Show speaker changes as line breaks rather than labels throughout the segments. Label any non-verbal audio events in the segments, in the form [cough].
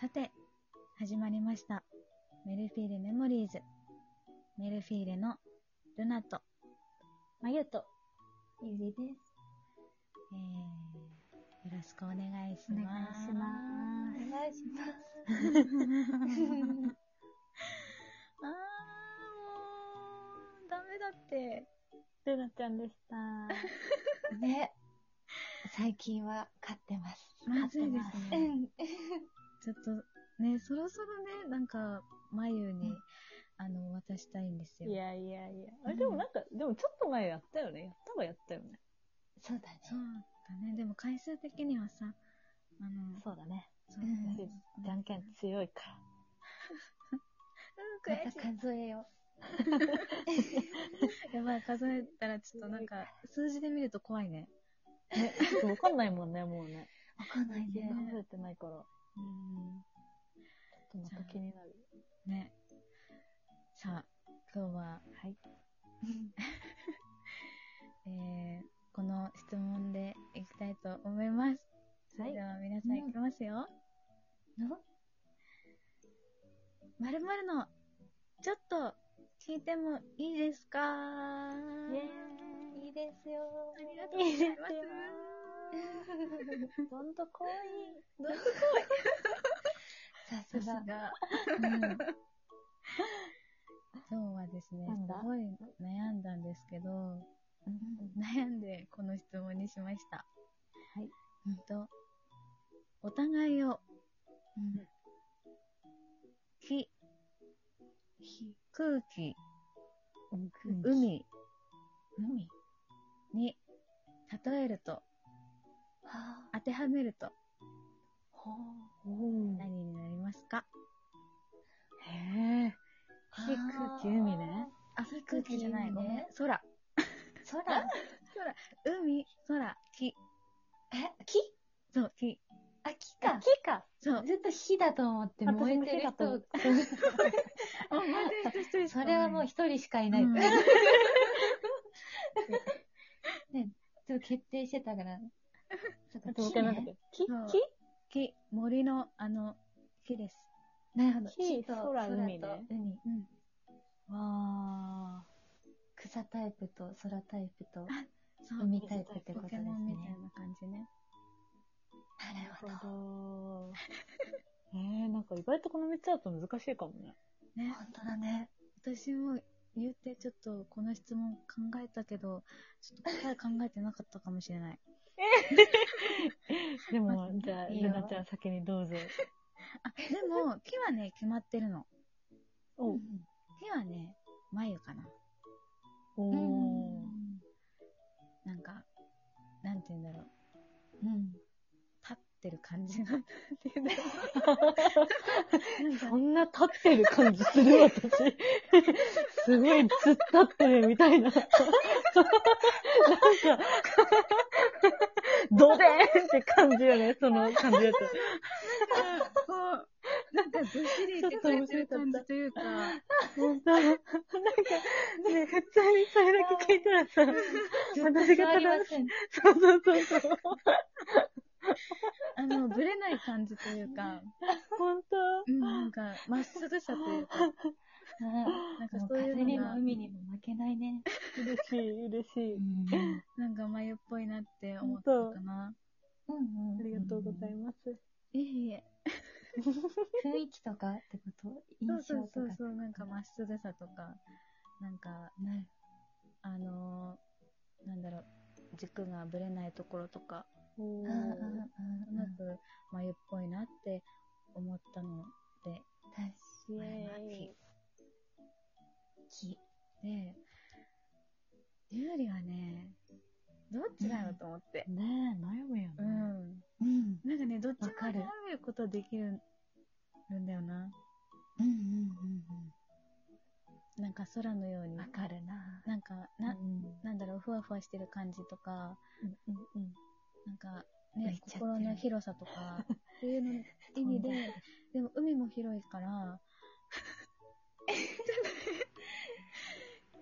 さて、始まりました。メルフィーレメモリーズ。メルフィーレのルナと、
まゆと、ゆりです。
えー、よろしくお願いし
お願
ま
い
す。
します。お願いします。
[laughs] あー、もう、ダメだって。
ルナちゃんでした。ね。最近は飼ってます。
まずいですね
飼ってます
ちょっと、ね、そろそろね、なんか、眉に、
うん
あの、渡したいんですよ。
[laughs] いやいやいや。あ
う
れ
ん
でもなんか、でもちょっと前やったよね。やったはやったよね。
そうだね。
そうだね。でも回数的にはさ、あの、
そうだね。
そううんそう
じゃんけん強いか
ま
悔
た
しい。
数えよ
やばい、数えたらちょっとなんか、数字で見ると怖いね。
ら。ね、ちょっとわかんないもんね、もうね。
う。わかんない
数
ね。
えてないから。
うん。
ちょっとまた気になる。
ね。さあ、今日は、
はい。
えー、この質問でいきたいと思います。それでは皆さんいきますよ。
の
まるまるの、ちょっと聞いてもいいですか
イいいですよ。
ありがとうございます。
どんとこい。
どんと
こい。さす
さす
が。
が。 [laughs]
うん
今日はですね、
なんだ
すごい悩んだんですけど、悩んでこの質問にしました。
はい。
うんと、お互いを
うん
木、
ひ
空気、
うん。
海
海
に例えると、
はあ。
当てはめると
ほう。
おー。
何になりますか
へえ。火空気海ね。
あ
火
空気じゃない、ごめん。。空。
空
海、空、木。
え、木
そう、木。
あ、木か。
木か。
そう。
ずっと火だと思って燃えてる
私も
人。
一人一人しか
[laughs] それはもう
い
一人しかい
な。
ないい。
うん
ね、
は
ちょっと決定してたから。そっ
あ
か
と、
木
僕なんだっ
ね
け木
そう
木
木、森のあの、木です。
なるほど。
木空海ね
と海。
うん。
わ
草タイプと空タイプと。
そう。
海タイプってことで
ポ
す
ケ
ね
モンみたいな感じね。
なる
ー。なるほど。 [laughs] えー、なんか意外とこの3つだと難しいかも [laughs] ね。
ね。
本当だね。
私も言ってちょっとこの質問考えたけど、ちょっと答え考えてなかったかもしれない。
で
ま
も
あ、
じゃあ、
いいよ
ルナちゃん先に [laughs] どうぞ。
あ、でも、木はね、決まってるの。
お
うん
木はね、眉かな。
おー。
なんか、なんて言うんだろう。
うん。
立ってる感 [laughs] じが。なんて言うんだろうなん
そ
か
んな立ってる感じする私。 [laughs] すごい突っ立ってるみたいな。なんか、 [laughs] ドデーンって感じよね、その感じだと。
こう、なんかずっしりいてくれてる感じというか、
本当なんか、ね、普通にそれだけ聞いたら [laughs] さ、 [laughs] 私が
座
た
りま
だ、
せん。
そうそうそうそう。
あの、ぶれない感じというか、
本当
うん、なんか、まっすぐさというか、なんか
もう
そう
風
い
に
うのが
も、海にも負けないね。
嬉しい、嬉しい。
なんか眉っぽいなって思ったかな。
うんうん
ありがとうございます。
いえいえ。
雰囲気とかってこと印
そ
象
うそう
と
そう
か。
そう、なんかまっすぐさとか、なんか、
なる
あのー、なんだろう、軸がぶれないところとか、
お
うんうん
ー
うん
う
う
ま
ん。
く眉っぽいなって思ったので、
確
イ
ま
エ
あ
ーイ
木
き。
で、ゆうりはね、どっちだろうと思って。
ねえ、悩むよね。
うん。
うん。
なんかね、どっちも
わか
選
る
べることできるんだよな。
うんうんうん
なんか空のよう
う
に
ん。わ。かるな。
なんか、な、
うん
なんだろう、ふわふわしてる感じとか、
うんうん
なんか
浮い
ね、
ちゃってる
心の広さ
[laughs]
とか、っていうの意味で、でも海も広いから、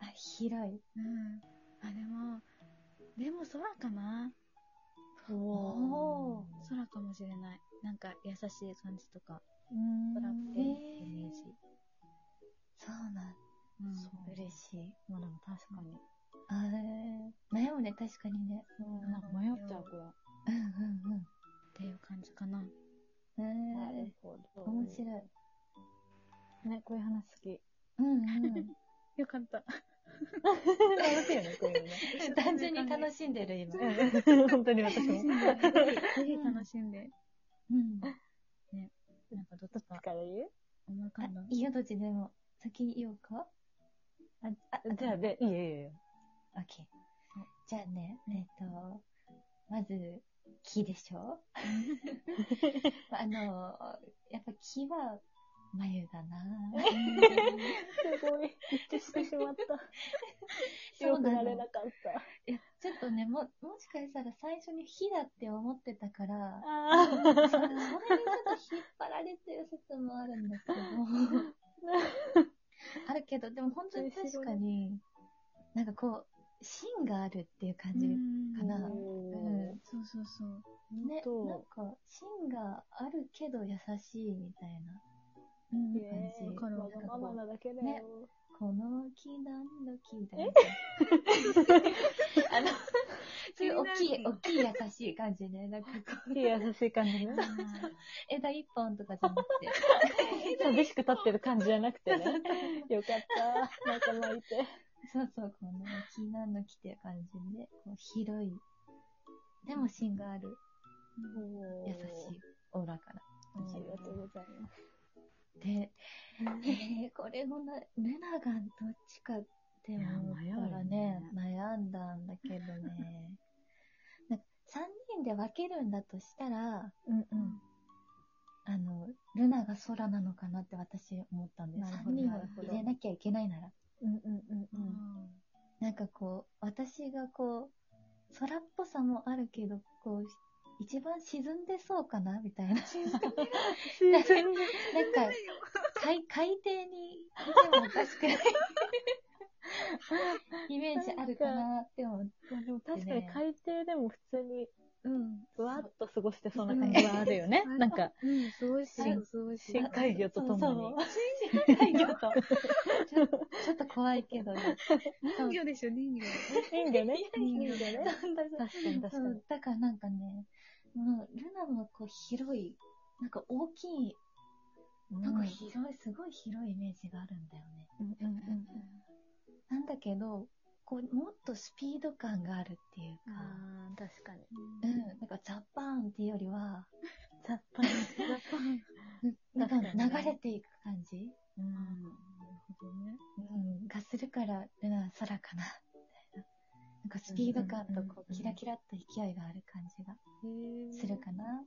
あ、広い。
うん。あ、でも、でも空かな。
お
お
空かもしれない。なんか優しい感じとか、
うーん
トラって
へ
る
ー
イメージ。
そうなん
うん
そう嬉しい。
まあでも確かに。
あー悩むね、確かにね。
なんか迷っちゃう、これ。
うんうん
っていう感じかな。
うん。え
ほど
ー、面白い。
い。ね、こういう話好き。
うんうん。
よかった。
楽しいよね、こういうのね。
単純に楽しんでる今。
うん本当に私も。
ぜひ楽しんで、
うん。
なんかどっちか
から言う
思い浮か
あ
んだ。
いいよ、どっちでも。先に言おうかあ、あ、
じゃあ、で、いいよいいよいいよ。
オッケー。じゃあね、えっ、と、まず、木でしょまああの、やっぱ木は眉だな
すごい。一致してしまった。
そうなの
かった。
いや、ちょっとね、も、もしかしたら最初に火だって思ってた
[laughs]
から、
あ
そそ
あ。
れにちょっと引っ張られてる説もあるんですけど、あるけど、でも本当に確かに、なんかこう、芯があるっていう感じかな。うん
そうそうそう。
ね、
本当
なんか、芯があるけど優しいみたいな
うん
感じ。
わかるわか
なん
る
かこう
だけだ
ねこの木なんだ木みたいな。 [laughs] あ
[laughs]
の、そういう大きい、大きい優しい感じね。なんかこう、
いい優しい感じね。
枝一本とかじゃなくて。
寂しく立ってる感じじゃなくてね。よかった。仲間いて。
そうそう、この木なんだ木っていう感じで、こう広い。でも芯がある。優しい。オーラから。
ありがとうございます。
で、 [laughs] えー、これもな、レナがどっちかって思ったら
いや
ね、悩んだんだけどね。 [laughs] なんか3人で分けるんだとしたら、
うんうん
あの、ルナが空なのかなって私思ったんです。
なるほ
3
ど
人
な
は
るほど
入れなきゃいけないなら。
うんうんうん
う。ん
なんかこう、私がこう、空っぽさもあるけど、こう、一番沈んでそうかなみたいな。
自然で。
なんか、海海底にいてもおかしくないイメージあるかなって思って、
いやでも確かに海底でも普通に、
うん。
ふわっと過ごしてそうな感じはあるよね
う。ん
なんか、
うん、すごいし
あれ、
すごいし。
深海魚とともに。
深海魚と。ちょちょっと怖いけどね。
人魚でしょ、人魚。
人魚ね。
人魚
魚ね。
そうだそう
確かに確かに。
だからなんかね、もう、ルナもこう広い、なんか大きい、なんか広い、すごい広いイメージがあるんだよね。
うんうんうん。
なんだけど、こう、もっとスピード感があるっていうか、
ああ、確かに。
うん、なんかザッパーンっていうよりは、
ザッパン。
なんか
確かにね
流れていく感じ、
うん
あーなるほどね。
うん、がするから、ルナは空かな、みたいな。なんかスピード感とこう、
うんうんうんうん
キラキラっと勢いがある感じがするかな、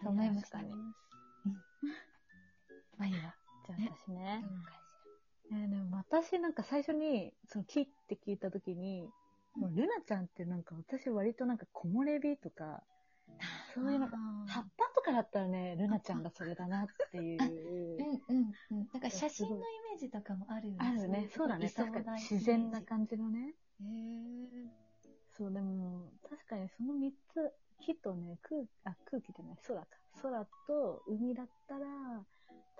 と
と
思
思
い
い
ま
ま
し
したた
ね
ね。。
まあいいわ。
じゃ
ね
あ私ね。えーでも私なんか最初に、その木って聞いたときに、もうルナちゃんってなんか私割となんか木漏れ日とか、そういうなんか、葉っぱとかだったらね、ルナちゃんがそれだなっていう。
うんうんうん。なんか写真のイメージとかもあるよね。
あるね。そうだね。確かに自然な感じのね。
へー
そう、でも、確かにその三つ、木とね、空、あ、空気じゃない、空か。空と海だったら、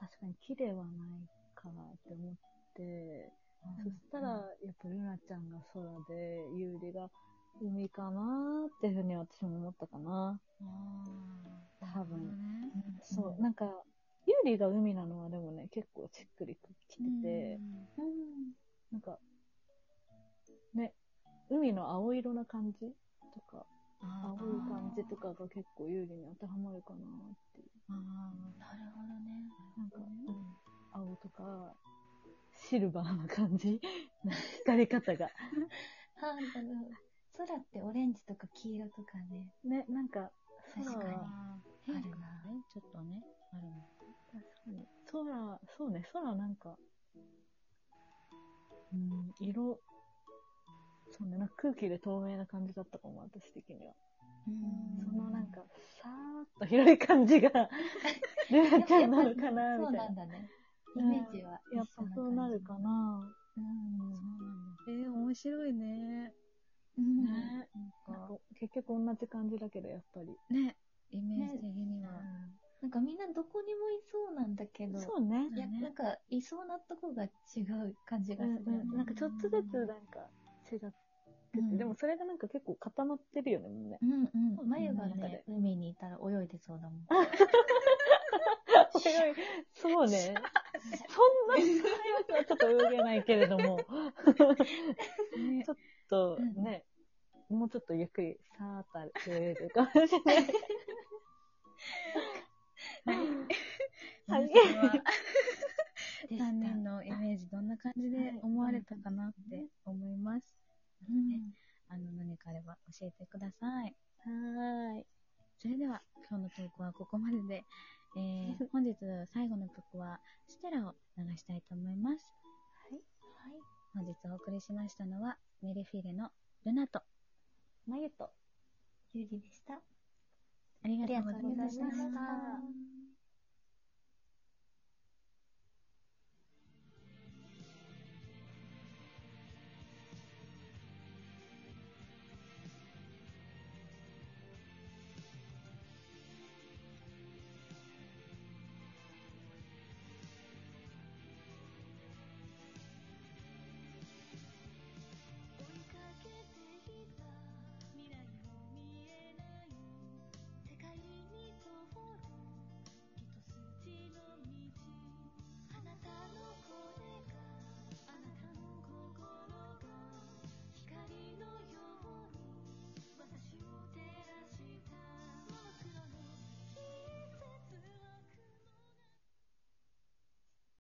確かに木ではないかなって思って、そしたら、やっぱルナちゃんが空で、ユーリが海かなっていうふうに私も思ったかな。
あー
多分
なるほどね
じ。
そう、なんか、ユーリが海なのはでもね、結構しっくりきてて、
うん。
なんか、ね、海の青色な感じとか、青い感じとかが結構有利に当てはまるかなっていう。
あー
なるほどね。
なんか、うん青とか、シルバーな感じ光り方が。
ハードル。空ってオレンジとか黄色とかね。
ね、なんか、空
確かに
は、
あ
あ
ー
る
変
な
化がねちょっとねあるの
確かに。空、そうね、空なんか、うん、色、そうね、なんか空気で透明な感じだったかも、私的には。
う
そ
ん
のなんか、さーっと広い感
[laughs]
じが、ルナちゃん [laughs] なのかな、
そう
みた
ないん
な。
だね。イメージは一緒
やっぱそうなるかな。
うん。
そうなんだえー、面白いね
うん。
ね
なんか結局同じ感じだけど、やっぱり。
ねイメージ的には。
なんかみんなどこにもいそうなんだけど、
そうね。
いや、なんかいそうなとこが違う感じが
う
す
ん
るよね、
うん、なんかちょっとずつなんか違ってて、
うん
でもそれがなんか結構固まってるよね、みんな。
うんうん。眉が
なんか
ね
ね、
海にいたら泳いでそうだもん。
泳い [laughs] そうね。そんなに早くはちょっと泳げないけれども、
[laughs] ね
[laughs] ちょっとね、もうちょっとゆっくり、さーっと泳いでるかもしれ [laughs] ない。
でし
皆さんは
[laughs] はい
た
3人のイメージどんな感じで思われたかなって思います。
うん
あの、何かあれば教えてください。
はーい。
それでは、今日の投稿はここまでで、え
[laughs]
ー本日最後の曲は、ステラを流したいと思います。
はい。
本日お送りしましたのは、メルフィーレのルナと、
まゆとゆりでした。あ
ありが
り
と
が
う
とう
ご
ご
ざ
ざい
いま
ま
し。
したた。